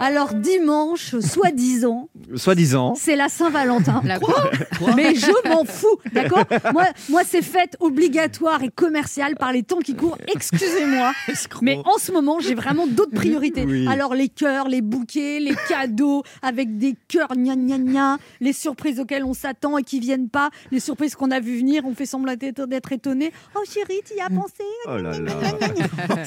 Alors dimanche, soi-disant, Soi-disant. c'est la Saint-Valentin. quoi Mais je m'en fous, d'accord Moi, moi c'est fête obligatoire et commerciale par les temps qui courent. Excusez-moi, mais en ce moment, j'ai vraiment d'autres priorités. Oui. Alors les cœurs, les bouquets, les cadeaux avec des cœurs gna gna gna, les surprises auxquelles on s'attend et qui viennent pas, les surprises qu'on a vu venir, on fait semblant d'être d'être étonné. Oh chérie, tu y as pensé Oh là là.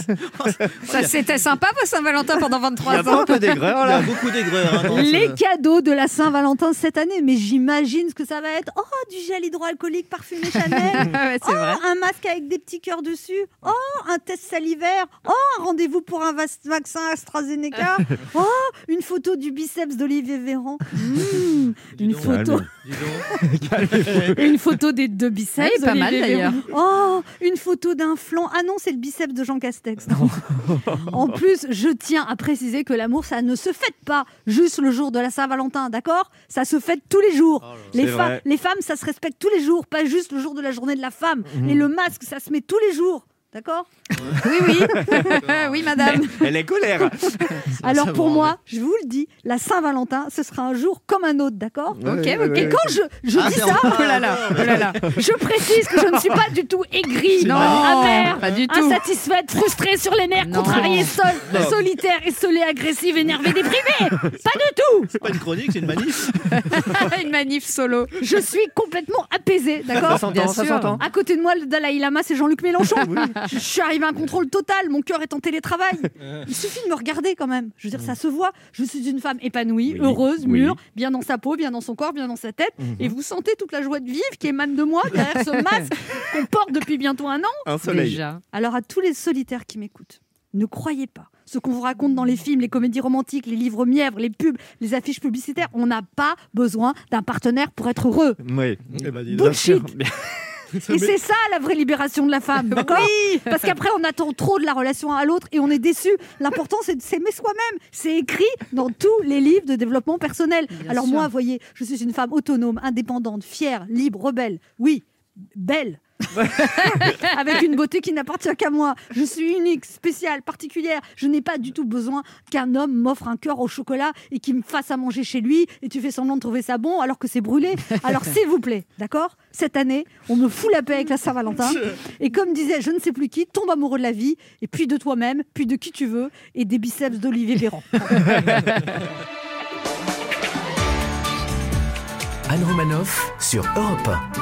Ça, C'était sympa, vos Saint-Valentin, pendant Il y Ah a 23 pas ans. un peu d'aigreur Il y a là beaucoup d'aigreurs. hein, dans Oh Les ce- cadeaux de la Saint-Valentin cette année, mais j'imagine ce que ça va être. Oh, du gel hydroalcoolique parfumé Chanel. Ouais, Oh, c'est vrai. un masque avec des petits cœurs dessus. Oh, un test salivaire. Oh, un rendez-vous pour un vaste vaccin AstraZeneca. Oh, une photo du biceps d'Olivier Véran. Mmh, Dis une donc, photo, dis donc. une photo des deux biceps. Ouais, Ah pas mal, d'Olivier d'ailleurs. Véran. Oh, une photo d'un flanc. Ah non, c'est le biceps de Jean Castex. Non. en plus, je tiens à préciser que l'amour, ça ne se fête pas juste le jour de la Saint-Valentin, d'accord Ça se fête tous les jours. Oh là là. Les, C'est fa- vrai. les femmes, ça se respecte tous les jours, pas juste le jour de la journée de la femme. Mhm. Et le masque, ça se met tous les jours. D'accord Oui, oui. oui, madame. Elle est colère. hein. Alors pour bon, moi, je vous le dis, la Saint-Valentin, ce sera un jour comme un autre, d'accord Ouais, ok, ouais, ok. ouais. Et quand je, je Ah, dis c'est ça, encore- Oh là là, oh là là. je précise que je ne suis pas du tout aigrie, Non, amère, pas du tout. insatisfaite, frustrée sur les nerfs, Non. contrariée, seule, Non. solitaire, esselée, agressive, énervée, déprimée. Pas du tout C'est pas une chronique, c'est une manif. Une manif solo. Je suis complètement apaisée, Ça d'accord s'entend, Bien ça sûr. s'entend. À côté de moi, le Dalai Lama, c'est Jean-Luc Mélenchon. Je suis arrivée à un contrôle total. Mon cœur est en télétravail. Il suffit de me regarder quand même. Je veux dire, ça se voit. Je suis une femme épanouie, Oui, heureuse, oui. mûre, bien dans sa peau, bien dans son corps, bien dans sa tête. Et vous sentez toute la joie de vivre qui émane de moi derrière ce masque qu'on porte depuis bientôt un an. Un soleil. Déjà. Alors à tous les solitaires qui m'écoutent, ne croyez pas ce qu'on vous raconte dans les films, les comédies romantiques, les livres mièvres, les pubs, les affiches publicitaires. On n'a pas besoin d'un partenaire pour être heureux. Oui. Eh ben, dis donc. Bullshit. Ça Et met- c'est ça la vraie libération de la femme, d'accord Parce qu'après on attend trop de la relation à l'autre et on est déçu. L'important c'est de s'aimer soi-même. C'est écrit dans tous les livres de développement personnel. Bien Alors sûr. moi, voyez, je suis une femme autonome, indépendante, fière, libre, rebelle. Oui, belle. Avec une beauté qui n'appartient qu'à moi. Je suis unique, spéciale, particulière. Je n'ai pas du tout besoin qu'un homme m'offre un cœur au chocolat et qu'il me fasse à manger chez lui. Et tu fais semblant de trouver ça bon alors que c'est brûlé. Alors s'il vous plaît, d'accord Cette année, on me fout la paix avec la Saint-Valentin. Et comme disait je ne sais plus qui, tombe amoureux de la vie, et puis de toi-même, puis de qui tu veux, et des biceps d'Olivier Véran. Anne Romanoff sur Europe 1.